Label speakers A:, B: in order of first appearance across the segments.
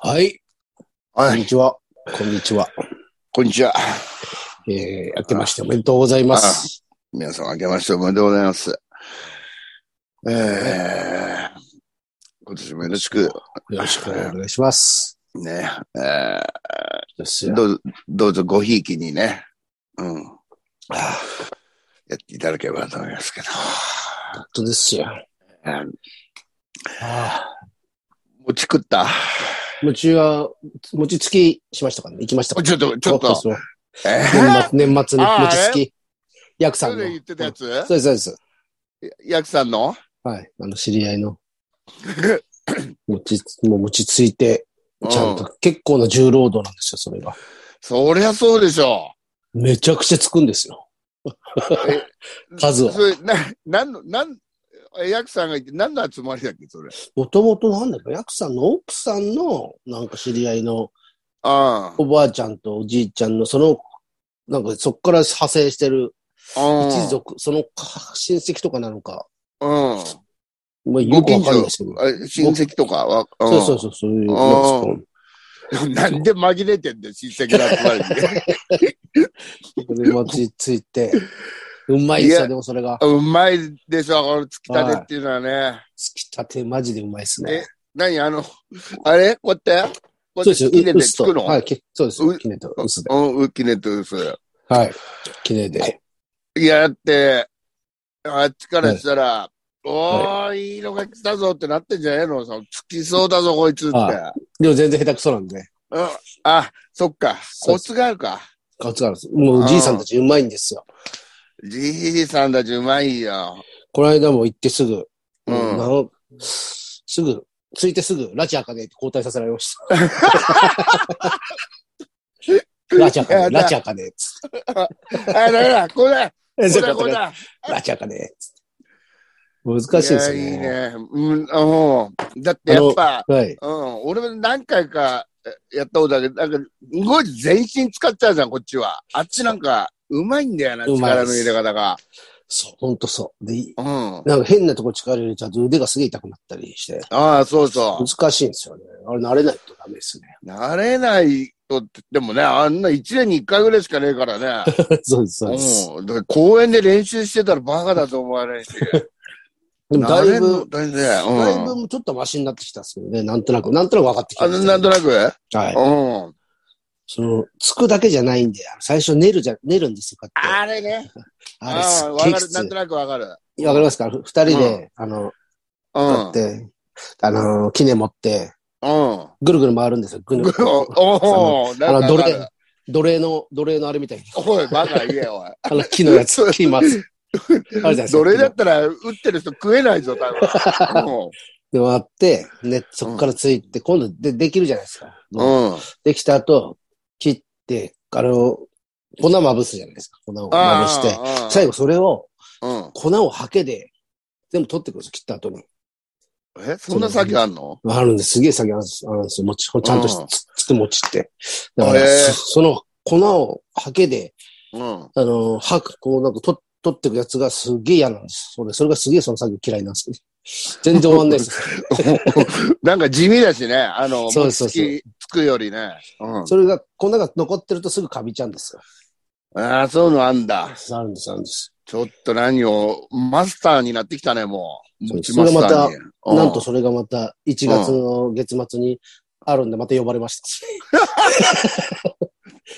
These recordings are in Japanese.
A: はい。こ
B: は
A: ん
B: い、
A: にちは。こんにちは。
B: こんにちは。
A: えー、明けましておめでとうございます。
B: 皆さん、明けましておめでとうございます。えー、今年もよろしく、
A: よろしくお願いします。
B: ね、え
A: です
B: ー、
A: よ。
B: どうぞ、どうぞごひいきにね、うん、
A: あ
B: やっていただければと思いますけど。
A: ー本当ですよ。
B: うん
A: あ
B: 餅食った
A: ー餅は、餅つきしましたかね行きましたか
B: ちょっと、ちょっと、
A: そう
B: え
A: そう
B: ー、
A: 年末、年末に
B: あー
A: 餅つき。ヤクさ
B: そ
A: んの。
B: れ言ってたや
A: そ
B: つ
A: うです、そうです。
B: ヤクさんの
A: はい。あの、知り合いの。餅つ、もう餅ついて、ちゃん
B: う
A: と、結構な重労働なんですよ、それが。
B: そりゃそうでしょ
A: めちゃくちゃつくんですよ。
B: う。
A: 数を
B: それ、な、なんの、なん、ヤクさんが言って、何の集まりだっけ、それ。
A: もともとなんだっけ、ヤクさんの奥さんの、なんか知り合いの、
B: あ
A: おばあちゃんとおじいちゃんのその、なんかそこから派生してる
B: あ。
A: 一族、その親戚とかなのか、
B: うん。
A: まあ、よくわかんないですけど。
B: あ親戚とかは、
A: そうそう
B: そ
A: そう、そういう、
B: うん
A: なんか
B: うん。 なんで紛れてんだよ、親戚の集まりで。
A: そこで餅ついて、うまいです
B: い
A: よ、
B: や
A: でもそれが。
B: うまいでしょ、このつきたてっていうのはね。
A: つきたてマジでうまいですね
B: え。何あの、あれこうやってこ
A: そうで
B: うやっ
A: すよ、
B: て
A: う
B: きねて
A: うす
B: つく
A: と。
B: の、
A: はい、きそうですよ、
B: う
A: きねと、うすで。
B: うん、うきねてうす。
A: はい、きねで。
B: いや、だって、あっちからしたら、おー、いいのが来たぞってなってんじゃねえのそのつきそうだぞ、こいつって。
A: はでも全然下手くそなんで、
B: うん、あ、そっか。コツがあるか。
A: コツがあるんです。もうおじいさんたちうまいんですよ。
B: じいさんたちうまいよ。
A: この間も行ってすぐ、
B: うん
A: なんすぐ、ついてすぐ、ラチ開かねえって交代させられま した。ラチ開かねえ、ラチ開かねえっつっ
B: あ、だから、こ れ、
A: て。
B: これ、これ。
A: ラチ開かねえっつって。難しいですね。
B: いやいいね。うん、あのだってやっぱ、
A: はい。
B: うん、俺も何回かえやったことあるけど、なんか、すごい全身使っちゃうじゃん、こっちは。あっちなんか、うまいんだよな、
A: うまい
B: 力
A: で
B: の
A: す
B: 入れ方が。
A: そう、ほんとそう。で、
B: うん。あ
A: なんか変なとこ力入れちゃうと腕がすげえ痛くなったりして、
B: あ、そうそ
A: 難しいんですよね。あれ慣れないとダメですね。
B: う。慣れないとって、でもね、あんな一年に一回ぐらいしかねえからね。
A: そうです、そうです。
B: うん。だから公園で練習してたらバカだと思われるし。
A: でもだいぶ、
B: 慣れんの
A: だい
B: 大
A: ぶ
B: 事だよ。うん。
A: もうちょっとマシになってきたんですけどね。なんとなく、なんとなく分かってきた
B: あ
A: です
B: の、
A: ね
B: なんとなく、
A: はい。
B: うん。
A: その、つくだけじゃないんで、あの最初寝るじゃ、寝るんですよ、こうやって。
B: あれね。
A: あれす
B: ああ、
A: っ
B: わ
A: げえ
B: か
A: き
B: る。
A: つ
B: なんとなくわかる。
A: い。わかりますか二人で、あの、
B: う
A: だ
B: ん
A: っ。て、あの、杵持って、
B: うん。
A: ぐるぐる回るんですよ、ぐるぐる。
B: おお、
A: あ
B: な
A: の、
B: んか
A: 奴
B: なん
A: 隷
B: か、
A: 奴隷の、奴隷のあれみたいに、
B: おい、バカ言 えよ、
A: あの、木のやつ、木待つ。あるじゃない
B: お
A: で
B: い。
A: すか。
B: 奴隷だっ
A: 木
B: たら、撃ってる人食えないぞ、多 分。
A: ので、回って、ね、そこからついて、今度で、できるじゃないですか。
B: うん。うん。
A: できた後、切って、あの、粉まぶすじゃないですか。粉をまぶして。
B: ああ
A: 最後、それを、
B: うん。
A: 粉をハケで、全部取ってくるんですよ、切った後に。
B: え、そんな先あんの
A: あるんです。すげえ作業あるんですあるんですよ。餅、ちゃんとし
B: うん
A: つつく餅って。だから、
B: へえ
A: そその粉をハケで、
B: うん。
A: あのー、はく、こうなんか取取ってくやつがすげえ嫌なんです。それ、それがすげえその作業嫌いなんですよ。全然終わんないです。
B: なんか地味だしね、あの、
A: そうそうそう
B: 餅つきつくよりね。 うん。
A: それが、粉が残ってるとすぐカビちゃうんですよ。
B: ああ、そういうのあんだ。
A: あるんです、あるんです。
B: ちょっと何を、マスターになってきたね、もう。
A: そう
B: 餅マスターに。うん
A: なんとそれがまた1月の月末にあるんで、また呼ばれました。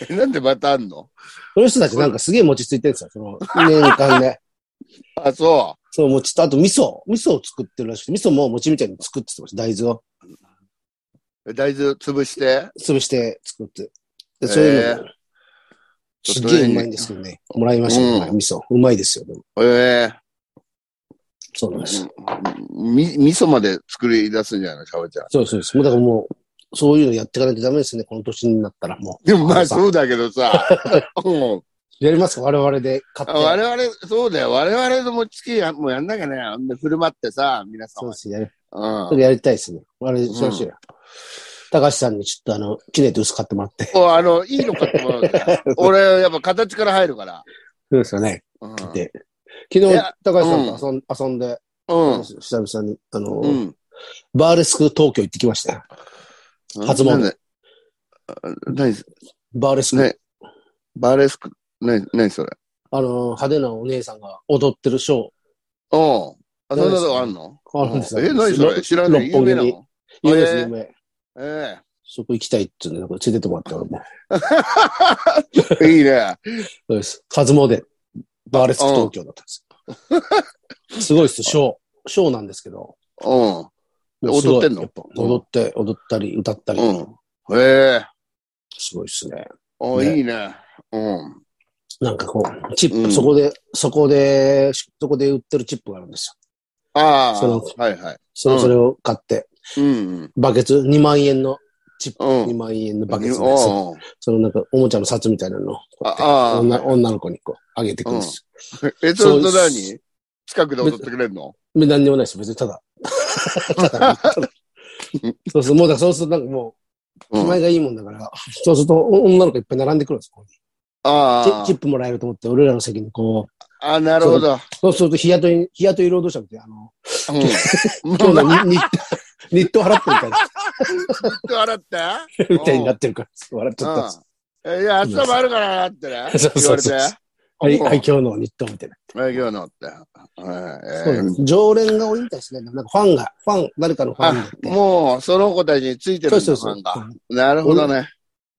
B: えなんでまたあんの
A: その人たちなんかすげえ餅ついてるんですよ。その年間で。
B: あ、そ
A: その餅と、あと味噌。味噌を作ってるらしくて、味噌も餅みたいに作ってました。大豆を。
B: う。大豆潰して。
A: 潰して作って。で、
B: えー
A: そういうのも、
B: ち
A: す
B: ょ
A: っ
B: っと
A: げえうまいんですけどね。もらいました
B: うん
A: ね、味噌。うまいですよ、でも。
B: ええ
A: そうなんです。
B: み、味噌まで作り出すんじゃないのかぼちゃ。
A: そうですそうです。もうだからもう、そういうのやっていかないとダメですね、この年になったらも
B: でもま
A: あ
B: あ
A: のさ
B: そうだけどさ。 うん。
A: う。やりますか我々で買って。
B: 我々、そうだよ。我々の餅つきやもうやんなきゃね。あんな振る舞ってさ、皆さ
A: そ
B: ん
A: うですやり、
B: は。
A: そ
B: うん。
A: れやりたいですね。我々、
B: ん
A: そうしよう。高橋さんにちょっとあの、きれいと薄買ってもらって。
B: おあの、いいの買ってもらお うぜ俺、やっぱ形から入るから。
A: そうですよね。
B: うん。
A: で、昨日
B: いや、
A: 高橋さんと遊ん,、遊んで、
B: うん。
A: 久々に、あの、
B: うん。
A: バーレスク東京行ってきましたよ。初詣
B: なんで。あ何す
A: バーレスク。
B: ねバーレスク、何、何それ。
A: あの、派手なお姉さんが踊ってるショ
B: おうん。あ、そんなとこあんの
A: ー。あるんですよ
B: え、何それ知らない。
A: 六本木
B: 有名な
A: に。
B: の
A: 有名です、
B: えー
A: 有名。
B: え
A: そこ行きたいって言うんで、これ連れてってもらって、俺も。
B: えいいね。
A: そうです。初詣。バーレスク東京だったんで すよ。すごいですよ、ショー。ショーなんですけど。
B: うん。
A: でもすごい
B: 踊ってんの
A: やぱ踊って、踊ったり、歌ったり。
B: うん。ええ
A: すごいですね。
B: お
A: ね
B: いいね。うん。
A: なんかこう、チップ、
B: うん
A: そこで、そこで、そこで売ってるチップがあるんですよ。
B: あ
A: その
B: あ、はいはい。
A: それ,、
B: うん
A: それを買って、
B: うん。
A: バケツ、2万円の、
B: うん。う
A: 2
B: ん。
A: 万円のバケツのやつ
B: おう
A: そのなんか、おもちゃの札みたいなのをこうやって
B: ああ
A: 女、女の子にこう、あげてくるんです
B: え、それと
A: そう
B: 何近くで踊ってくれんの
A: よ。で何にもないです、別に、た だ。ただ、ただそうそう、もうだからそうするとなんかもう、
B: う
A: 気
B: ん
A: 前がいいもんだから、そうするとお女の子いっぱい並んでくるんですよ。チ
B: ああ
A: チップもらえると思って、俺らの席にこう、
B: あ、なるほど。
A: そうすると日雇い、日雇い労働者みたいな、あ の、
B: う ん。
A: 今
B: もう、
A: 日の 日、日、日当払ってるみたいな。
B: 笑った
A: みたいになってる から、笑っちゃったんです。
B: うん。いや、明日もあるからなってね。
A: そう
B: 言
A: そ
B: わ
A: う
B: れて。
A: そう
B: は
A: はい、はい、今日の日当みたいな。
B: はい、今日のって。はい
A: そうなんです。常連が多いみたいですね。なんかファンが、ファン、誰かのファン
B: あ
A: が、いて。
B: もう、その子たちについてる
A: そう
B: んだ
A: そうそう
B: ファンが。なるほどね。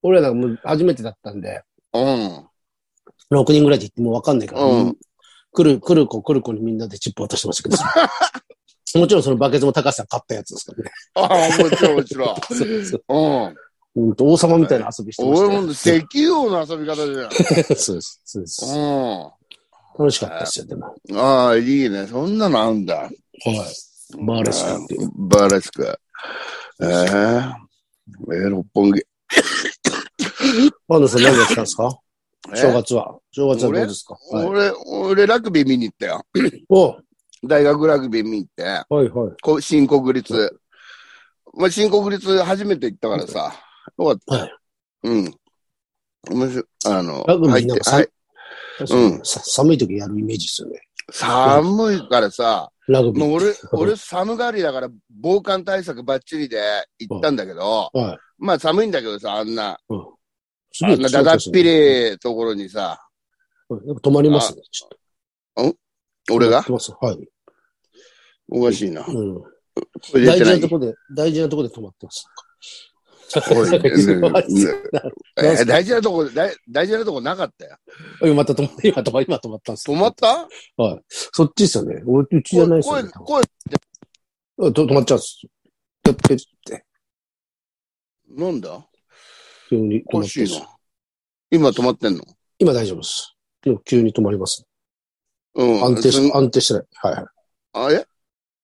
A: 俺らなんかもう初めてだったんで、
B: うん。
A: 6人ぐらいで行ってもうわかんないから、
B: うん
A: 来る、来る子、来る子にみんなでチップ渡してました けど。もちろんそのバケツも高橋さん買ったやつですからね。
B: ああ、面白い、面白い。
A: そうそう
B: うん。
A: ほんと王様みたいな遊びしてましたよ。
B: 俺 も石油王の遊び方じゃん。
A: そうです。そうです。
B: う
A: 楽しかったですよ、でも。は
B: ん。ああ、いいね。そんなのあんだ。
A: い。バーレスクっていう。
B: バーレスク。ええええ六本木。
A: バンドさん何やってたんですか
B: え
A: 正月は。正月はどうですかはい。
B: 俺、俺、ラグビー見に行ったよ。
A: お
B: 大学ラグビー見に行って、
A: はいはい。
B: こ新国立。まあ、新国立初めて行ったからさ。よかった。
A: はい
B: うん。面白いあの、
A: ラグビーなんかさ
B: はい、うん
A: さ寒い時やるイメージですよね。
B: 寒いからさ、
A: ラグビ
B: も
A: ー。
B: う 俺、俺寒がりだから防寒対策ばっちりで行ったんだけど、
A: はい。
B: まあ寒いんだけどさ、あんな、
A: うん。す
B: あんなだだっぴ
A: はい
B: りところにさ、
A: やっぱ止まりますね。ちょっと
B: 俺
A: 止ま
B: が
A: ってますはい。
B: おかしいな。
A: うん。
B: これ出
A: 大
B: て
A: 事
B: な
A: ないとこで、大事なとこで止まってます。
B: おいね
A: なんす
B: え
A: か
B: 大事なとこ、大大事なとこなかったよ。
A: 今また止ま った、今止ま、今止まったんです。
B: 止まった
A: はい。そっちですよね。俺、うちじゃないですよ
B: 声、
A: ね。
B: 声、
A: あと止まっちゃうんです。やってって、
B: なんだ
A: 急に止
B: お
A: ま
B: か
A: って
B: し
A: ま
B: い
A: す
B: な。今止まってんの
A: 今大丈夫です。でも急に止まります。
B: うん。
A: 安定
B: す
A: し
B: ん、
A: 安定してない。はいはい。
B: あえ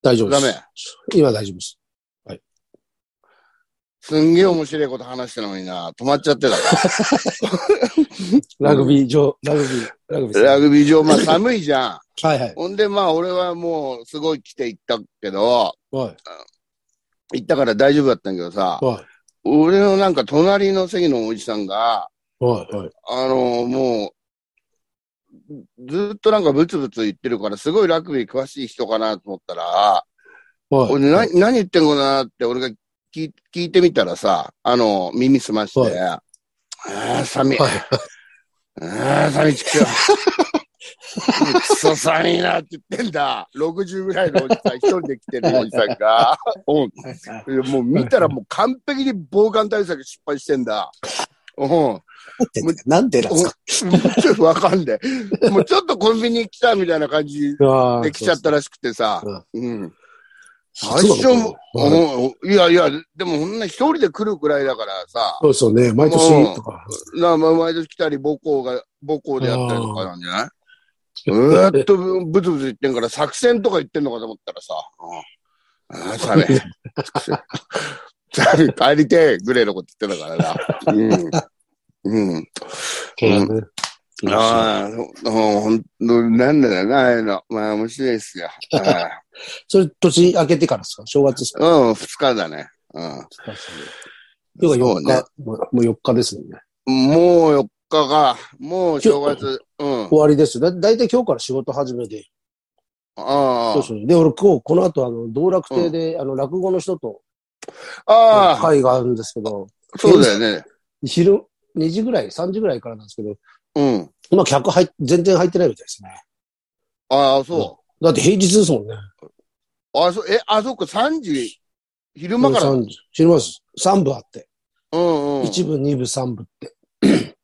A: 大丈夫で
B: ダ
A: す。
B: メ。
A: 今大丈夫です。
B: すんげえ面白いこと話してたのにな。止まっちゃってたか
A: ラグビー上、ラグビー、ラグビーさ
B: ら。
A: ん。
B: ラグビー場、まあ寒いじゃん。
A: はいはい。
B: ほんで、まあ、俺はもう、すごい来て行ったけど、
A: はい。
B: 行ったから大丈夫だったんだけどさ、
A: はい。
B: 俺のなんか隣の席のおじさんが、
A: はい。はい。
B: あのもう、ずっとなんかブツブツ言ってるから、すごいラグビー詳しい人かなと思ったら、
A: はい。
B: 俺 な、何言ってんのかなって俺が聞い聞いてみたらさ、あの、耳すまして、
A: はい
B: ああ、寒い。
A: はい
B: ああ、寒いち くよ。くそ寒いなって言ってんだ。60ぐらいのおじさん、一人で来てるおじさんが、うんもう見たらもう完璧に防寒対策失敗してんだ。うん。も
A: なんでなんですか
B: うちょっとわかんねえ。もうちょっとコンビニ来たみたいな感じ
A: あー
B: で来ちゃったらしくてさ。うん。最
A: そう
B: 初
A: なの
B: も
A: か、
B: うんいやいや、でもそんな一人で来るくらいだからさ、
A: そうですよね。毎年とか。
B: なまあ毎年来たり母校が、母校でやったりとかなんじゃないずーっとブツブツ言ってんから、作戦とか言ってんのかと思ったらさ、うんああ、ダメ。ダメ、帰りてえぐらいのこと言ってたからな。うん。うん。
A: うん
B: ああ、ほんと、なんだろうな、ああいうの。まあ、面白いですよ。あ
A: それ、年明けてからですか正月ですか
B: あうん、二日だね。うん。
A: 今日が
B: そうね
A: 4日、もう4日ですもんね。
B: もう4日か。もう正月。うん。
A: 終わりですよ。だいたい今日から仕事始めて。
B: あ
A: そう
B: あ
A: です。よね。で、俺今日、この後、あの、道楽亭で、あの、落語の人と
B: ああ、
A: 会があるんですけど、
B: そうだよね。
A: 昼、2時ぐらい、3時ぐらいからなんですけど、
B: うん。
A: 今客入っ、全然入ってないみたいですね。
B: ああ、そ
A: だって平日ですもんね。
B: う。あそう、え、あ、そっか、3時、昼間から。
A: 3昼間です。3部あって。
B: うんうん。
A: 1部、2部、3部って。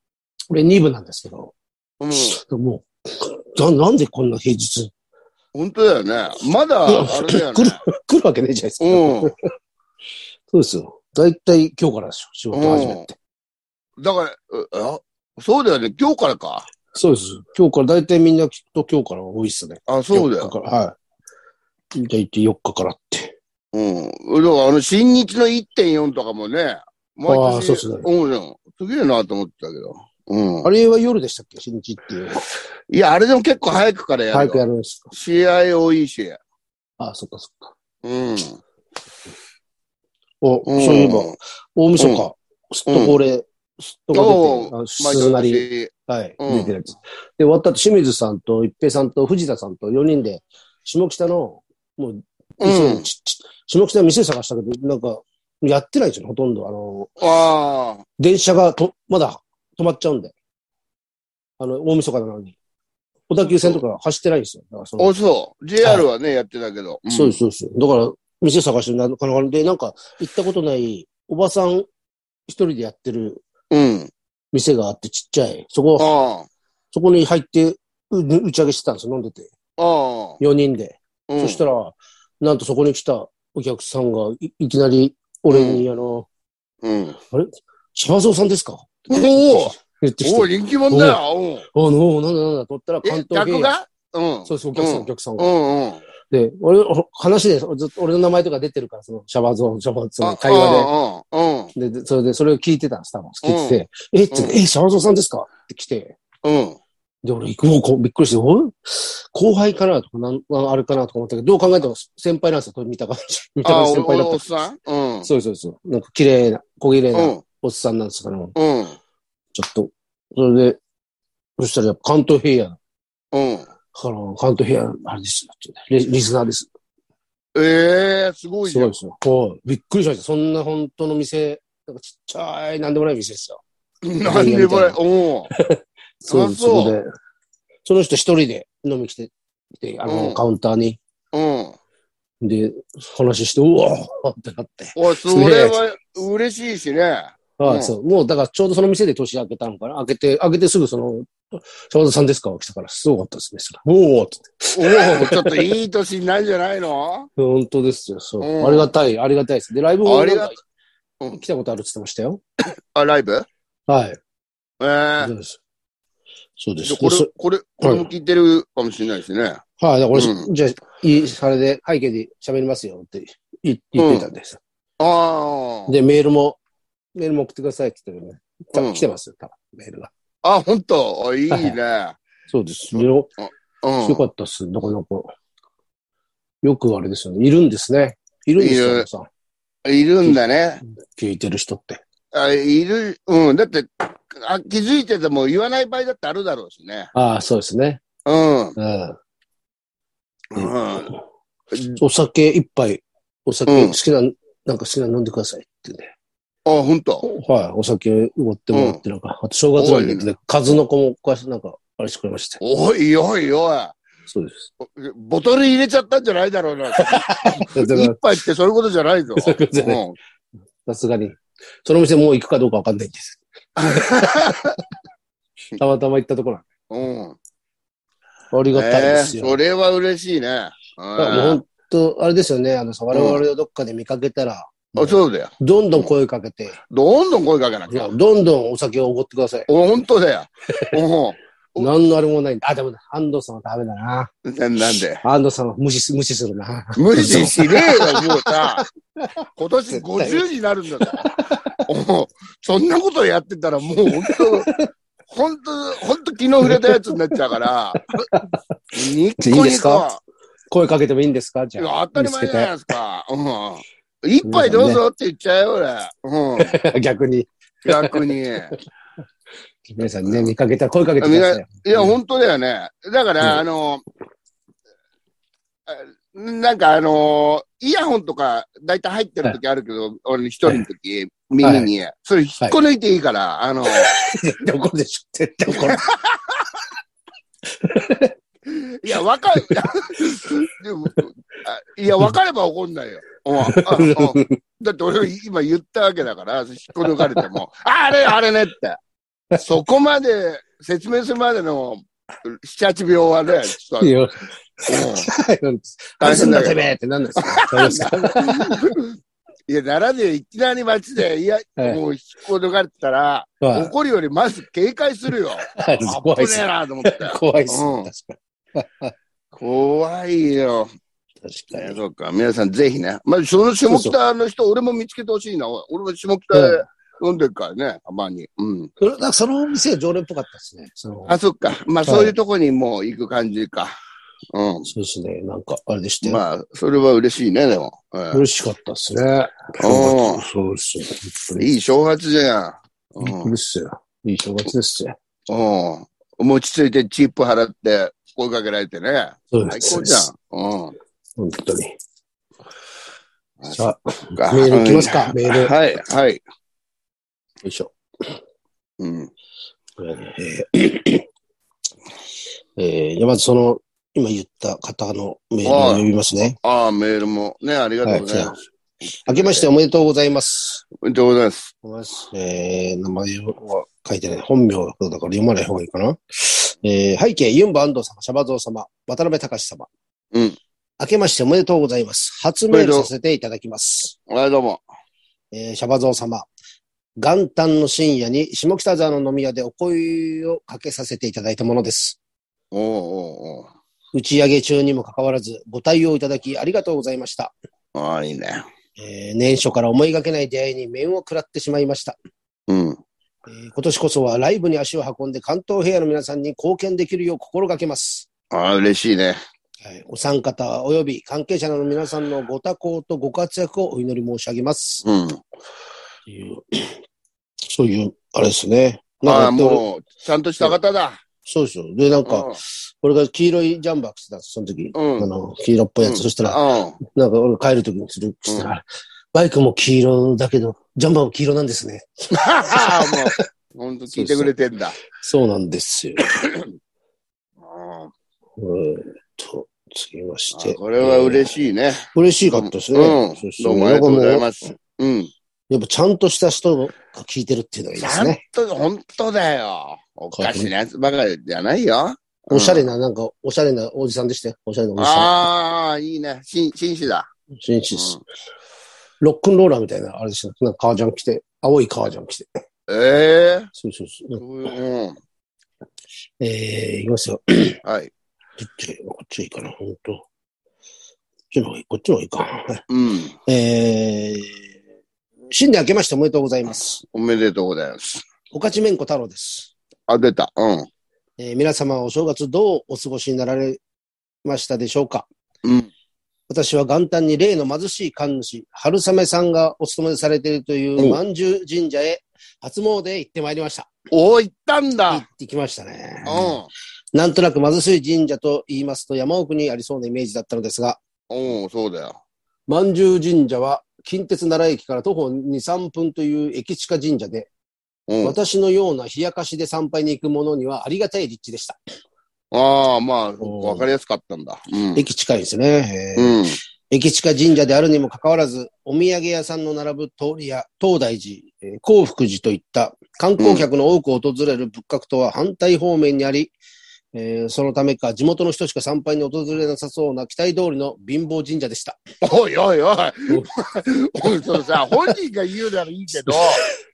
A: 俺2部なんですけど、
B: うん。
A: もう、ななんでこんな平日
B: 本当だよね。まだ、あれだよね。
A: 来るわけねえじゃないですか。
B: う
A: そうですよ。だいたい今日からでしょ、仕事始めて。
B: ん。だから、えあそうだよね。今日からか。
A: そうです。今日から、だいたいみんなきっと今日からは多いっすね。
B: あ、そうだ
A: 4。
B: よ
A: 日からはい。だいたい4日からって。
B: うん。だから、あの、新日の1.4とかもね、毎年
A: ああそうっすね
B: うん、すげえなと思ってたけど。うん
A: あ。れは夜でしたっけ新日っていう。
B: いや、あれでも結構早くからやる
A: 早
B: よ。
A: くやるんですか。
B: 試合多いし。
A: ああ、そっかそっか。
B: うん。
A: お、
B: うん
A: そういえば、大晦日、すっと恒例、すっとこ出て
B: お
A: あの、
B: 毎
A: 鈴なり、
B: 年。
A: はい、
B: うん
A: 出てるやつ。で、終わった後、清水さんと一平さんと藤田さんと4人で、下北の、もう、
B: うん。
A: 店ちち下北の店探したけど、なんか、やってないんですよね、ほとんど。あの、
B: ああ。
A: 電車がと、まだ止まっちゃうんで。あの、大晦日なのに。小田急線とか走ってないんですよ。だからその
B: お、そう。JR はね、やってたけど。。
A: そうですす、そうです。だから、店探してるなかなかで、なんか、行ったことない、おばさん一人でやってる
B: うん。
A: 店があって、ちっちゃい。そこ、
B: あ
A: そこに入って、う打ち上げしてたんですよ、飲んでて。
B: あ。ああ。
A: 4人で。
B: うん
A: そしたら、なんとそこに来たお客さんが、いいきなり、俺に、あの、
B: うん。
A: シャバゾウさんですか
B: おお
A: 言ってき
B: おお
A: て。
B: 人気者だよ。おう
A: あの、なんだなんだ、とったら関
B: え、
A: 東
B: 客
A: 芸
B: がうん。
A: そうそう、お客さん、
B: うん
A: お客さん
B: う
A: が。
B: んうん。
A: で、俺、お話で、ずっと俺の名前とか出てるから、その、シャバゾウ、シャバゾウ、その会話で。
B: 話で。うんうん。
A: で、でそれで、それを聞いてたんです、多分。聞いてて、えって、
B: うん
A: え、シャワゾウさんですかって来て、
B: うん。
A: で、俺、もうこうびっくりして、おい後輩かなとか、なん、なんあれかなとか思ったけど、どう考えても先輩なんですよ、これ見た感じ。 見た感
B: ああ、
A: じ先輩
B: 俺
A: だっ。
B: のおったさんうん。
A: そうですそうそう。なんか綺麗な、小綺麗
B: う。
A: なんおっさんなんですかね、もう
B: うん。
A: ちょっと。それで、そしたらやっぱ関東平野、
B: うん。
A: あの、関東平野、あれですよ、リリスナーです。
B: ええ、すごい
A: す
B: じ
A: ご
B: ゃ
A: い
B: ん
A: で。すよ。はいびっくりしました。そんな本当の店、なんかちっちゃい、なんでもない店ですよ。
B: なんでこれ、おう
A: そうです、そ
B: あそ
A: こ
B: う
A: で。その人一人で飲み来て、来て、あの、
B: うん
A: カウンターに。
B: うん。
A: で、話して、うわーってなって。
B: おい、それは嬉しいしね。
A: はい、
B: うん
A: そう。もう、だからちょうどその店で年明けたのかな明けて、明けてすぐその、沢田さんですか来たから、すごかったですね。それおーって。
B: おお、ちょっといい年になるんじゃないの
A: 本当ですよ。そう。
B: うん
A: ありがたい、ありがたいです。で、ライブも
B: あ
A: な
B: り
A: ん
B: が
A: か
B: うん
A: 来たことあるって言ってましたよ。
B: あ、ライブ
A: はい。
B: ええ
A: そうです。そうで
B: じゃ
A: す。
B: あこれ
A: で、
B: これ、これも聞いてるかもしれないしね。
A: そはい、だから俺、
B: う
A: じゃあ、いい、それで背景で喋りますよって言言ってたんです。
B: ああ。
A: で、メールも、メールも送ってくださいって言ってるね。た
B: うん
A: 来てますよ、多分メールが。
B: あ、本当あい いね。
A: そうです。よ
B: うん。
A: よかったっす。なかなか。よくあれですよね。いるんですね。いるんです
B: いる
A: よ、皆さん。
B: いるんだね。
A: 聞いてる人って。
B: あいる、うん。だってあ、気づいてても言わない場合だってあるだろうしね。
A: ああ、そうですね。
B: うん。
A: うん。
B: うん。
A: お酒一杯、お酒
B: うん
A: 好きな、なんか好きなの飲んでくださいってね。
B: あ、本当
A: はい、お酒おごってもらって、なんか、あと正月なんで、
B: 多い
A: ね、数の子もおかし、なんか、あれしてくれまして。
B: おいおいおい。
A: そう です。
B: ボトル入れちゃったんじゃないだろ うな。
A: だから
B: 一杯ってそういうことじゃないぞ。
A: そういうことじゃない
B: うん
A: さすがに。その店もう行くかどうかわかんないん です。たまたま行ったところなんで
B: うん。
A: ありがたい
B: ええ
A: ですよ。
B: それは嬉しいね。う
A: だからもうん本当、あれですよね。あのさ、我々をどっかで見かけたら、
B: あそうだよ。
A: どんどん声かけて、
B: どんどん声かけなき
A: いや
B: ゃ。
A: どんどんお酒をおごってください。
B: お本当だよ。うんお
A: 何のあれもないんだ。あ、でも、安藤さんはダメだな。
B: ななんで
A: 安藤さんは無視す、無視するな。
B: 無理しねえよ、もうさ。今年50になるんだから。おうそんなことやってたらもう本当、本当、本当昨日触れたやつになっちゃうから。ニッ
A: いい
B: コ
A: で
B: ニ
A: す
B: コ
A: か。声かけてもいいんですかじ
B: い
A: ゃあ。
B: や当たり前じゃないですか。うん。一杯どうぞって言っちゃうよ、俺。うん。
A: 逆に。
B: 逆に。い
A: 皆さんね、見かけたら声かけてください。
B: や、本当だよね。だから、
A: うん
B: あの、あなんかあのーイヤホンとか、だいたい入ってる時あるけど、俺一人の時、耳に、それ引っこ抜いていいから、あの、
A: 絶対怒るでしょ。絶対怒る。
B: いや、わかる。 でもあいや、わかれば怒んないよ。うんあうんだって俺今言ったわけだから、引っこ抜かれても、ああれ、あれねって。そこまで、説明するまでの7、8秒はね、ちょっ
A: い や、
B: と、うん
A: 何すんだてめえって何なんですか大丈夫で すか
B: いや、奈良でいきなり街で、いや、
A: はい
B: もう引っこ抜かれてたら、
A: はい
B: 怒るよりまず警戒するよ。
A: はい怖
B: 危
A: い
B: ね
A: っす
B: え。なと思って。
A: 怖いっす。
B: うん
A: 確か
B: 怖いよ。
A: に。確かに。
B: そうか。皆さんぜひね。まあ、その下北の人、俺も見つけてほしいな。俺も下北で飲んでるからね、たまに。うん。
A: それなんかそのお店は常連っぽかったですね。その
B: あ、そっか。まあ、
A: はい
B: そういうとこにもう行く感じか。う
A: そうですね。なんか、あれでした
B: ん。
A: よ。
B: まあ、それは嬉しいね、でも。うん
A: 嬉しかったですね。
B: おー
A: そうですよ。本当に
B: いい正月じゃん。
A: びっ
B: う
A: くり
B: ん
A: っすよ。いい正月ですよ。
B: うん。落ち着いてチップ払って声かけられてね。
A: そうで
B: 最
A: す。
B: 高じゃん。うん。
A: 本当に。
B: あ
A: さあ、
B: そっか
A: メールいきますか
B: うん
A: メール
B: はい、はい。
A: よいしょ。
B: うん。
A: えーえー、じゃあまずその、今言った方のメールを読みますね。
B: ああ、メールもね、ありがとうございます。
A: 明けましておめでとうございます。
B: おめでとうございます。
A: えー、名前は書いてない。本名だから読まない方がいいかな。えー、背景、ユンバ安藤様、シャバゾウ様、渡辺隆様。
B: うん。
A: 明けましておめでとうございます。初メールさせていただきます。
B: はい、どうも。
A: えー、シャバゾウ様。元旦の深夜に下北沢の飲み屋でお声をかけさせていただいたものです。
B: おうおう
A: 打ち上げ中にもかかわらず、ご対応いただきありがとうございました。
B: おう。ああ、いいね。
A: えー年初から思いがけない出会いに面を食らってしまいました、
B: うん。
A: えー今年こそはライブに足を運んで関東平野の皆さんに貢献できるよう心がけます。
B: ああ、嬉しいね。
A: はい、お三方及び関係者の皆さんのご多幸とご活躍をお祈り申し上げます。
B: うん。
A: っていうそういう、あれですね。
B: あ
A: な
B: あ、
A: んか俺、
B: もう、ちゃんとした方だ。
A: そうですよ。で、なんか、
B: うん
A: 俺が黄色いジャンバー着てたんです、その時。
B: うん
A: あの、黄色っぽいやつ。
B: うん
A: そしたら、
B: うん。
A: なんか俺帰るときにする、したら、バイクも黄色だけど、ジャンバーも黄色なんですね。
B: ははもう、ほんと聞いてくれてんだ。
A: そうなんですよ。
B: うんあ
A: うーんと、次まして。
B: これは
A: えー
B: 嬉しいね。
A: 嬉しかったですね。
B: うん
A: そうですね
B: どうもありがとうござい
A: なんかも
B: ます。うん。
A: うやっぱちゃんとした人が聞いてるっていうのがいい
B: ち
A: で
B: ゃ
A: す
B: ん
A: ね。
B: と、本当だよ。おかしなやつばかりじゃないよ。うん
A: おしゃれな、なんか、おしゃれなおじさんでしたよ。おしゃれなおじさ
B: ああ、いいね。しん紳士だ。
A: ん。紳士です。ロックンローラーみたいな、あれでした。なんか革ジャン着て、青い革ジャン着て。
B: うんええ
A: そうそうそう。
B: うん。
A: えー、いきますよ。
B: はい。
A: どっちがいいのこっちがいいかな、ほんと。こっちの方がいい、こっちの方がいいか。はい
B: うん。
A: えー、新年明けましておめでとうございます。
B: おめでとうございます。
A: おかちめんこ太郎です。
B: あ、出た。うん。
A: えー皆様はお正月どうお過ごしになられましたでしょうか
B: うん。
A: 私は元旦に例の貧しい神主、春雨さんがお勤めされているとい
B: お
A: う万獣神社へ初詣へ行ってまいりました。
B: おお、行ったん
A: 行
B: だ。
A: ってきましたね。
B: う
A: なんとなく貧しい神社と言いますと山奥にありそうなイメージだったのですが、
B: ん。うん、そうだよ。
A: 万獣神社は近鉄奈良駅から徒歩2、3分という駅地下神社で、
B: うん。
A: 私のような冷やかしで参拝に行く者にはありがたい立地でした。
B: ああ、まあ、
A: お
B: わかりやすかったんだ。うん。
A: 駅近いですね。へー
B: うん。
A: 駅近神社であるにもかかわらず、お土産屋さんの並ぶ通りや東大寺、えー興福寺といった観光客の多くを訪れる仏閣とは反対方面にあり、えーそのためか地元の人しか参拝に訪れなさそうな期待通りの貧乏神社でした。
B: おいおいおい。おい、それさ、本人が言うならいいけど、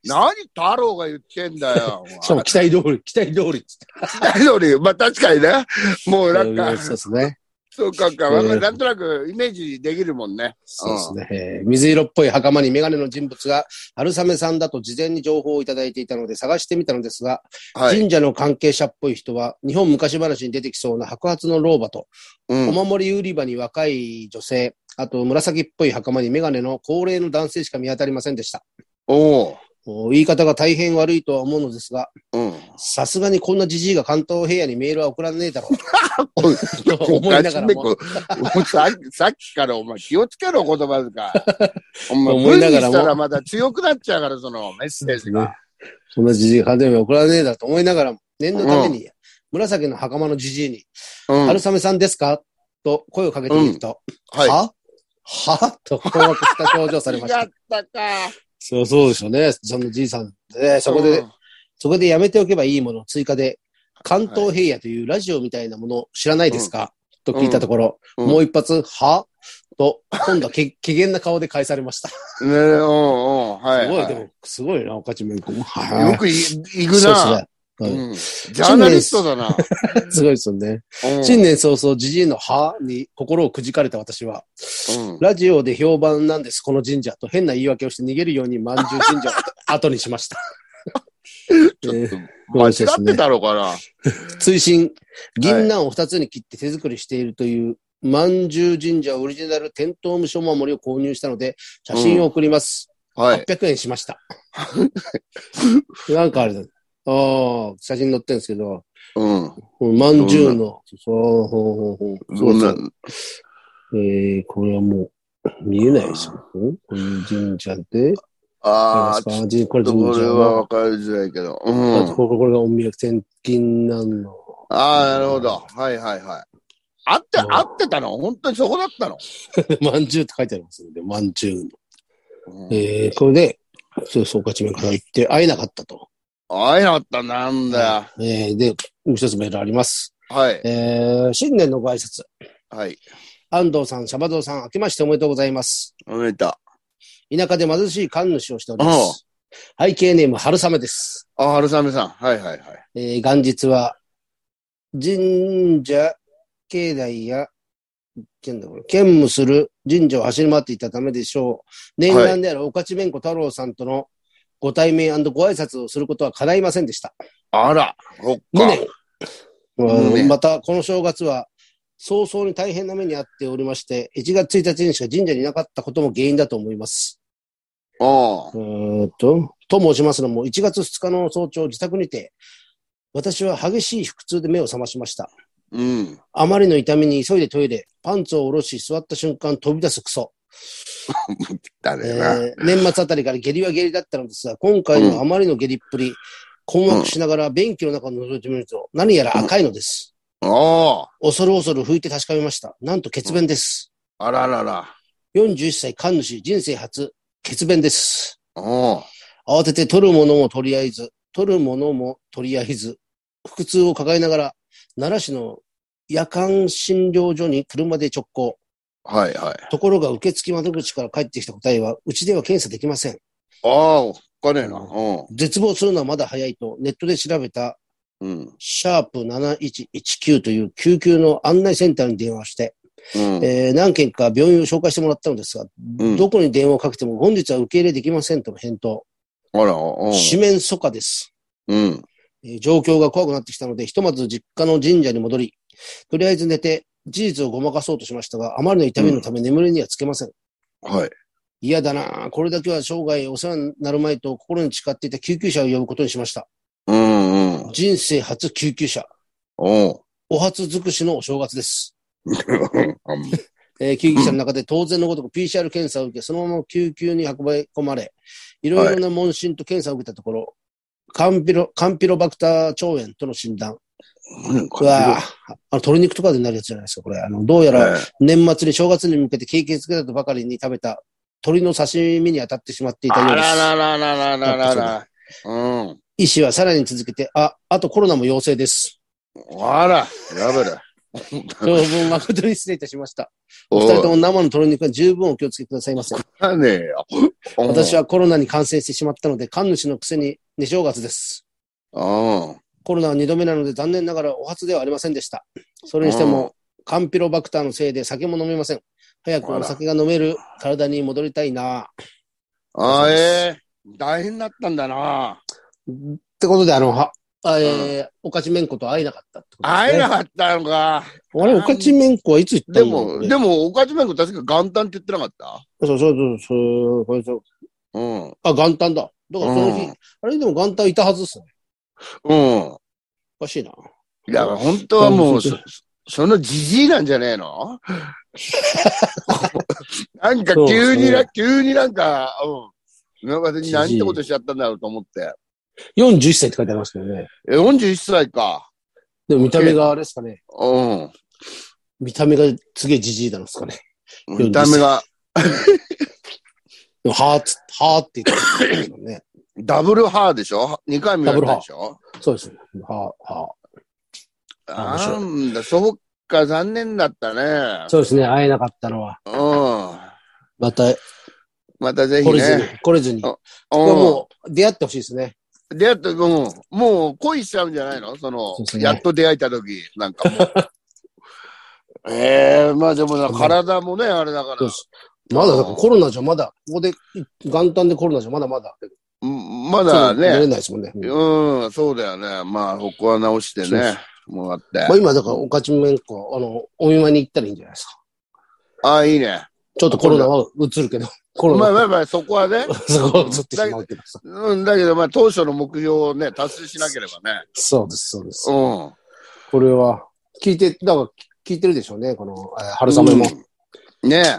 B: 何太郎が言ってん だよ。
A: しかも期待通り、期待通りっつって。
B: 太郎に、まあ確かにね。もうなんか、
A: そうですね。
B: そうかか、
A: えー
B: なんとなくイメージできるもんね。
A: そうですね。えー水色っぽい袴にメガネの人物が春雨さんだと事前に情報をいただいていたので探してみたのですが、
B: はい。
A: 神社の関係者っぽい人は日本昔話に出てきそうな白髪の老婆と、
B: うん
A: お守り売り場に若い女性、あと紫っぽい袴にメガネの高齢の男性しか見当たりませんでした。
B: おお。
A: もう言い方が大変悪いとは思うのですが、
B: うん。
A: さすがにこんなじじいが関東平野にメールは送らねえだろう。
B: おい
A: と 思いながらも
B: おかしめこささっきからお前気をつけろ言 葉遣い。お前
A: 思いながらも
B: 無理したらまた強くなっちゃうから、そのメッセージが。
A: そんなじじいが関東平野に送らねえだろうと思いながらも、念のために、紫の袴のじじいに、
B: うん。
A: 春雨さんですかと声をかけてみると、
B: はい。
A: ははと困惑した表情され まし
B: 違
A: た
B: っ。たか。
A: そうそうでしょうね。そのじいさん。ね、そこで、
B: うん
A: そこでやめておけばいいものを追加で、関東平野というラジオみたいなものを知らないですか、と聞いたところ、
B: うん
A: もう一発、はと、今度はけ、 機嫌な顔で返されました。
B: ねうんうん、はい。
A: すごい、
B: は
A: でも、すごいな、おかちめんこも。は
B: よくい行
A: そう
B: く
A: っす
B: な。
A: ね。はい
B: うんジャーナリストだな。
A: すごいですよね。
B: うん
A: 新年早々、じじいのはに心をくじかれた私は、
B: うん
A: ラジオで評判なんです、この神社。と変な言い訳をして逃げるように、まんじゅう神社を後後にしました。
B: ちょっと
A: 間
B: 間違ってたのかな。
A: 追伸、銀杏を二つに切って手作りしているという、まんじゅう神社オリジナルテントウムシお守りを購入したので、写真を送ります。
B: はい。
A: 800円しま した。なんかあれだ。ああ、写真載ってるんですけど、
B: うん。
A: まんじゅうの、そう、ほうほうほう。
B: そん
A: そ
B: な
A: う、そうえー、これはもう、見えないですよ。んこういう神社で、
B: ああ、
A: 見
B: ち
A: えます
B: ょっ
A: かこれ
B: とこ
A: 神社
B: れはわかりづらいけど。うん。
A: これこれがお宮天金なんの。
B: ああ、なるほど。はいはいはい。合って、
A: うん
B: 合ってたの本当にそこだったの、
A: まんじゅうって書いてありますので、まんじゅうの。えー、これで、そうそう、勝ち目から言って、会えなかったと。
B: あいなかった、なんだ
A: えー、で、もう一つメールあります。
B: よ。はい。
A: えー、新年のご挨拶。
B: はい。
A: 安藤さん、シャバゾウさん、明けましておめでとうございます。
B: おめでとう。
A: 田舎で貧しい神主をしております。背景ネーム、春雨です。
B: あ、春雨さん。はいはいはい。
A: えー、元日は、神社、境内や、なんだこれ、兼務する神社を走り回っていたためでしょう。念願である岡地弁子太郎さんとのご対面ご挨拶をすることは叶いませんでした。
B: あら、そっ
A: 2
B: か。
A: 年。うん
B: ね
A: また、この正月は、早々に大変な目に遭っておりまして、1月1日にしか神社にいなかったことも原因だと思います。
B: あ
A: うーんと、と申しますのも、1月2日の早朝、自宅にて、私は激しい腹痛で目を覚ましました。
B: うん。
A: あまりの痛みに急いでトイレ、パンツを下ろし、座った瞬間飛び出すクソ。
B: だねな。
A: えー年末あたりから下痢は下痢だったのですが、今回のあまりの下痢っぷり、困惑しながら便器の中を覗いてみると、何やら赤いのです。
B: あ
A: 恐る恐る拭いて確かめました。なんと血便です。
B: あ、あららら。
A: 41歳神主人生初、血便です。
B: お
A: 慌てて取るものもとりあえず、取るものもとりあえず、腹痛を抱えながら、奈良市の夜間診療所に車で直行。
B: はいはい。
A: ところが受付窓口から帰ってきた答えは、うちでは検査できません。
B: ああ、おっかねえな。う
A: 絶望するのはまだ早いと、ネットで調べた、
B: ん。うん。
A: シャープ7119という救急の案内センターに電話して、
B: うん。
A: えー何件か病院を紹介してもらったのですが、
B: うん
A: どこに電話をかけても本日は受け入れできませんとの返答。
B: あら、おう
A: 四面楚歌です、
B: うん。
A: えー状況が怖くなってきたので、ひとまず実家の神社に戻り、とりあえず寝て、事実をごまかそうとしましたが、あまりの痛みのため眠りにはつけません。
B: はい。
A: 嫌だなあこれだけは生涯お世話になるまいと心に誓っていた救急車を呼ぶことにしました。
B: うんうん。
A: 人生初救急車。
B: おう
A: お初尽くしのお正月です。
B: あん
A: えー救急車の中で当然のごとく PCR 検査を受け、そのまま救急に運び込まれ、いろいろな問診と検査を受けたところ、カンピロ、カンピロバクター腸炎との診断。
B: なんか
A: うわぁあの、鶏肉とかでなるやつじゃないですか、これ。あの、どうやら
B: え
A: 年末に正月に向けて経験つけたとばかりに食べた鶏の刺身に当たってしまっていたよう
B: あ
A: で
B: ら
A: す。
B: ららららららら。うん。
A: 医師はさらに続けて、あ、あとコロナも陽性 です。
B: あら、やべだ。
A: 長文誠に失礼いたしました。お二
B: お
A: 人と
B: い
A: も生の鶏肉は十分お気をつけくださいませ。
B: かねえよ。
A: 私はコロナに感染してしまったので、神主のくせに寝正月です。
B: うん。
A: コロナは2度目なので残念ながらお初ではありませんでした。それにしても、カンピロバクターのせいで酒も飲めません。早くお酒が飲める体に戻りたいな。
B: ああ、ええ大変だったんだな。
A: ってことで、あの、は、あえー、おかちめんこと会えなかったってことですね。
B: 会えなかったのか。
A: あれ、おかちめんこはいつ行った
B: で
A: んだろ
B: も、
A: うね
B: でも、岡島君確か元旦って言ってなかっ
A: そうそうそうそうこれそう
B: たうん。
A: あ、元旦だ。だからその日、
B: うん
A: あれでも元旦いたはずっすね。
B: うん。
A: おかしいな。
B: だから本当はもう、
A: そ
B: そそのじじいなんじゃね えのなんか急に
A: そう
B: な、
A: です
B: 急になんか、うん。なんか私
A: ジジイ
B: 何てことしちゃったんだろうと思って。
A: 41歳って書いてありますけどね。
B: え、41歳か。
A: でも見た目があれですかね。
B: うん。
A: 見た目がすげえじじいなんですかね。
B: 見た目が、
A: でもはーっつ、はーって言ってますもんね。
B: ダブルハーでしょ ?2 回目やったでしょ
A: そうです。はー、は
B: あ
A: ダブルハー
B: ーなんだ、そうか、残念だったね
A: ー。。そうですね。会えなかったのは。
B: うん。
A: また、
B: またぜひ
A: 来れずに
B: ね。、
A: 来れずに。
B: あ
A: これは
B: う
A: もう、出会ってほしいですね。
B: ん。出会った、うん。もう恋しちゃうんじゃないのその
A: そうです、ね
B: やっと出会えた時、なんかもう。 ええまあでもな、体もね、あれだ
A: そ
B: から
A: うで。す。まだ、だからコロナじゃまだ、ここで、元旦でコロナじゃまだまだ。
B: うんまだ
A: 出れ
B: ね。
A: ないですもんね。うん
B: うん、そうだよね。まあ、ここは直して
A: そう
B: ね。もらって
A: まあ。今、だから、おかちめんこ、あの、お見舞いに行ったらいいんじゃないですか。
B: ああ、いいね。
A: ちょっとコロナは映るけど、コロ
B: まあ
A: ナ
B: まあまあ、そこはね。
A: そこは映ってしまうけどさ。
B: うん、だけどまあ、当初の目標をね、達成しなければね。
A: そうです、そうです。
B: うん。
A: これは、聞いて、だから聞いてるでしょうね、この、えー春雨も。
B: うん。ねえ。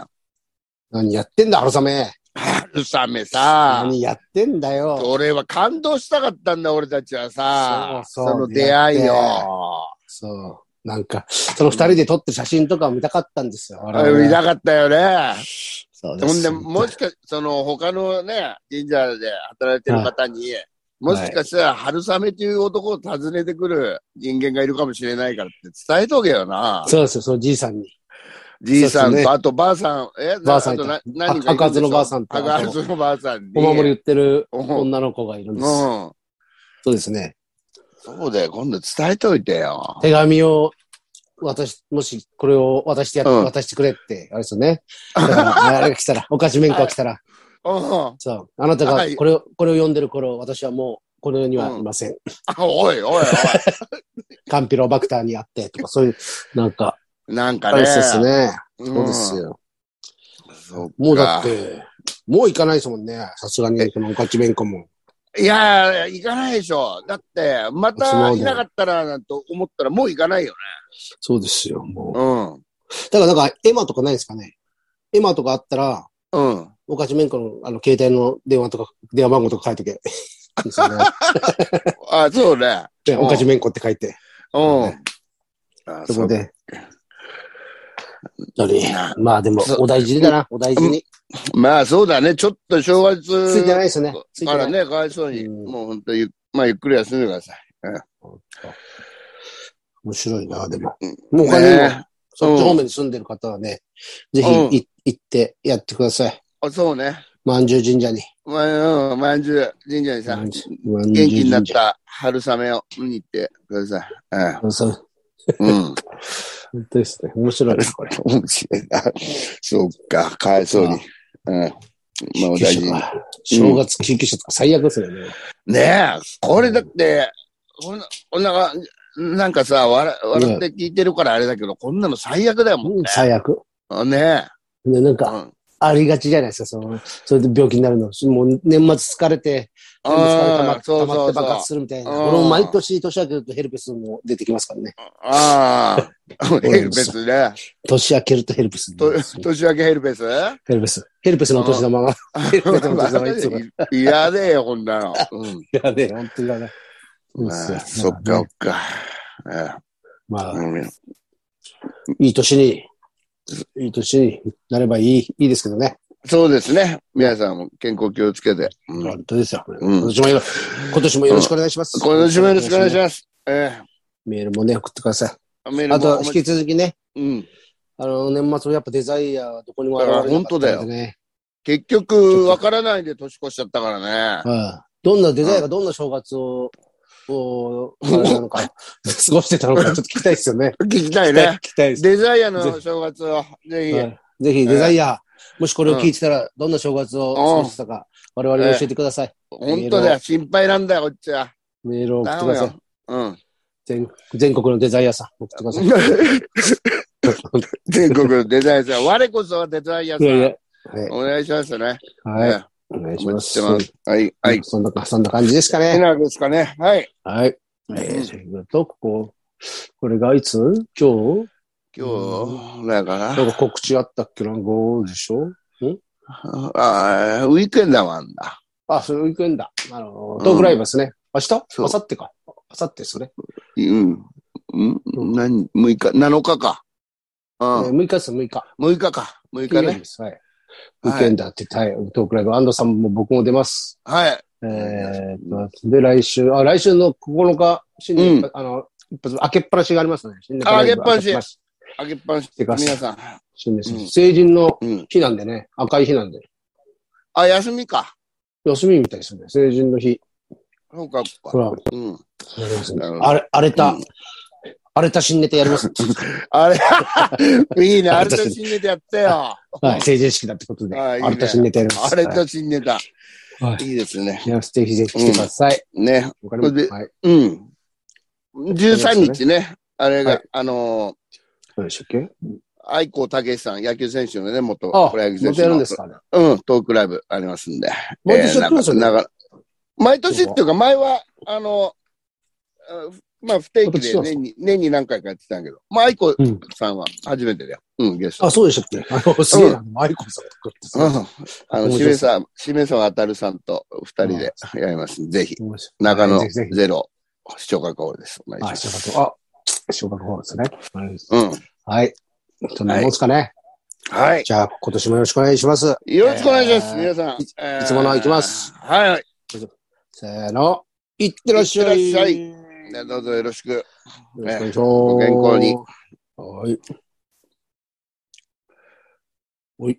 A: 何やってんだ、春雨。
B: 春雨さ、
A: 何やってんだよ。
B: 俺は感動したかったんだ、俺たちはさ、
A: そ
B: そう
A: そう
B: の出会いよ。
A: そう。なんか、その二人で撮ってる写真とかを見たかったんですよ。
B: あ見なかったよね。
A: そうで
B: ほん
A: す
B: で、。もしか、その他のね、神社で働いてる方に、もしかしたら春雨という男を訪ねてくる人間がいるかもしれないからって伝えとけよな。
A: そうですよ、そのじいさんに。
B: じいさ
A: そうんです
B: と、
A: ね
B: あとばあさん、え
A: ばあさん
B: あとな
A: と
B: 何
A: あ赤ずのばあさんと
B: と。赤ずのばあさんに。
A: お守り売ってる
B: うん。
A: 女の子がいるんです。
B: うん
A: そうですね。
B: そうだよ、今度伝えといてよ。
A: 手紙を渡し、もしこれを渡してやっ、
B: うん
A: 渡してくれって、あれですよね。だからあれが来たら、お菓子メンコが来たら、
B: うん。
A: そう、あなたが
B: はい
A: これを、これを読んでる頃、私はもう、この世にはいません。
B: おいおい
A: カンピロバクターにあって、とか、そういう、なんか、
B: おい。なん か
A: あれ
B: ね。
A: ですね。
B: うん
A: そうですよ。
B: そっか
A: もうだって、もう行かないですもんね。さすがに、そのお菓子メンコも。
B: いやー、行かないでしょ。だって、またいなかったら、なんて思ったらもう行かないよ
A: そうですよ、もう。
B: ね。
A: だからなんか、エマとかないですかね。エマとかあったら、
B: うん。うん。
A: おかちめんこの、あの、携帯の電話とか、電話番号とか書いと け。ですよね。
B: あ、そうね。
A: で、おかちめんこって書いて、
B: うん。あ
A: そこ。で。より
B: な
A: まあでも
B: そ、う
A: お大事にだな、お大事に。
B: うまあそうだね。ちょっと正月。
A: ついてないですね。ついて
B: か
A: な
B: ら
A: い。
B: ね、かわいそうに。
A: うん
B: もう本当ゆ、まあゆっくり休んでください。
A: 面白いな、でも
B: う。
A: もう他にも、
B: ね
A: そっち方面に住んでる方はね、ぜ
B: うん
A: ひい行ってやってください。
B: あ、そうね。
A: 万寿神社に。
B: まあ、うん、まんじゅう、神社にさ、
A: 万
B: 元
A: 寿万
B: 気に
A: 寿
B: なっ
A: 神社。
B: た春雨を見に行ってください。
A: そう
B: うん。うん。
A: 本当ですね。面白いな、これ。
B: 面白いな。そうか、かわいそうに。うん。まあ、お大事に。ね
A: 正月救急車とか最悪ですよね。
B: え、これだって、こんな、こんなが、なんかさ、笑笑って聞いてるからあれだけど、こんなの最悪だよもんね。
A: 最悪。
B: あね
A: で、なん
B: え。
A: か、ありがちじゃないですか、その、それで病気になるの。もう年末疲れて、
B: うん
A: 年末疲れ
B: あ
A: ま
B: あ、そ
A: 溜
B: う
A: まっ
B: そ
A: て
B: うそう。
A: 爆
B: あ
A: 発するみたいな。
B: うん
A: 俺も毎年年明けるとヘルペスも出てきますからね。
B: あ。ヘルペスね。
A: 年明けるとヘルペス。
B: と年明けヘルペス
A: ヘルペス。ヘルペスのお年玉が。ヘルペスのお 年玉いつも。い
B: いやねえよ、こんなの。うん。
A: やね、本当にだね。そうですよ
B: ああそっか、そっか。あ
A: ま
B: あ
A: あ、
B: うん
A: いい年に、いい年になればいい、いいですけどね。
B: そうですね。皆さんも健康気をつけて。うん
A: 本当ですよ。
B: うん
A: 今年もよろ、今年もよろしくお願いします。
B: 今年もよろしくお願いし
A: ま
B: ます。え
A: す。メールもね、送ってくださ
B: えメー
A: い。
B: ルも
A: あと
B: お、
A: 引
B: 待
A: き
B: ち
A: 続きね、
B: うん。
A: あの、年末もやっぱデザイアはどこにも現れなかったんでね
B: あ本当だよ結局、わからないで年越しちゃったからね。
A: はい。どんなデザイアがどんな正月を、を、あれなの か、過ごしてたのか、ちょっと聞きたいですよね。
B: 聞きたい
A: 聞
B: ね。
A: きたいです。
B: デザイアの正月を、ぜひ。
A: はいぜひ、デザイア、もしこれを聞いてたら、どんな正月を過ごしてたか、我々に教えてください。
B: 本当だよ。心配なんだよ、こっちは。
A: メールを送って
B: 頼
A: くだ
B: む
A: さ
B: よ
A: い。。
B: うん。
A: 全全国のデザイアさん、送ってください。
B: 全国のデザイアさん。我こそはデザイアさ
A: いやい
B: ん。
A: や。はい
B: お願いしますね。
A: はい。
B: い。
A: お願いし
B: お
A: ま
B: 待ちして
A: す。
B: ます。はい、
A: は。
B: はいい。
A: そんな、そんな感じですか
B: え
A: ね。
B: なんですかね。はい。
A: はい。えー、ということと、ここ、これがいつ今日
B: 今
A: う
B: 日、だから
A: なんか告知あったっけな、午後でしょ
B: ああ、ウィークエンダーもあんだ。
A: あ、それ行くんだ。あの
B: う
A: ー、
B: ん
A: トークライブですね。明日
B: そう
A: 明後日か。明後日ですね。
B: うん。うん、何 ?6 日、7日か。う
A: えー
B: ん、
A: 6日です、6日。
B: 6日か。6
A: 金曜
B: 日
A: 日
B: ね。
A: です。はい。ウ
B: はい
A: ィークエンダーって、はい、トークライブ。安藤さんも僕も出ます。
B: はい。
A: えー
B: う
A: と、で、来週、あ、来週の9日、新年、
B: う
A: あの、一発、開けっぱなしがありますね。新年
B: あ開けっぱなし
A: 開し。
B: あげっぱなし。
A: てか
B: 皆さん。
A: 新年、
B: うん
A: 成人の
B: うん。
A: 日なんでね、赤い日なんで。
B: あ、休みか。
A: 休みみたいですね。成人の日。
B: そうか、そう
A: ほ
B: か。
A: ら、
B: うん。
A: やりますね
B: なるほど
A: あれ、荒れた、
B: うん
A: 荒れた新ネタやり ます。
B: あれ、 いいね。あれと新ネタやってよ。
A: はい、成人式だってことで。
B: あいいね
A: 荒れた新ネタやります。
B: あれ
A: はい、
B: と新ネタ。、
A: はい
B: いですね。
A: いやぜひぜひ来てください。
B: ね。
A: わ、かりま
B: これ
A: し
B: で
A: た。はい。
B: うん。13日ね。あれが、
A: はい
B: あのー、
A: どうでしたっけ
B: 愛子武さん、野球選手のね、元
A: あ、
B: プ
A: ま
B: ロ
A: た
B: 野球選手
A: や
B: の
A: るんですかね。
B: うん、トークライブありますんで。
A: 毎年やってますよね
B: えーなんかなんか毎年っていうか、前は、あの、あまあ、不定期で
A: 今年そうです
B: 年に、年に何回かやってたんやけど、まあ、愛子
A: うん
B: さんは初めてだよ。うん、ゲスト。
A: あ、そうでしたっけあの、すげえな、マイコさんとかって
B: うん、
A: さ。
B: あの、しめさ、しめさんあたるさんと二人でやりますんで。ぜひ、
A: 面白い
B: 中
A: は
B: 野
A: いぜひぜ
B: ゼロ、視聴覚ホールです。お願
A: ひ。
B: い
A: あ、
B: します。
A: 昇格、あ、昇格方ですね。
B: うん。
A: はい。そんなもんですかね。
B: はい。
A: じゃあ、今年もよろしくお願いします。
B: よろしくお願いします。
A: えー
B: 皆さん。えー
A: いつもの行きます。
B: はいはい。
A: せーの。いってらっしゃい。
B: いってらっしねどうぞよろしく。
A: よろしくお願いします。
B: ご健康に。
A: はい。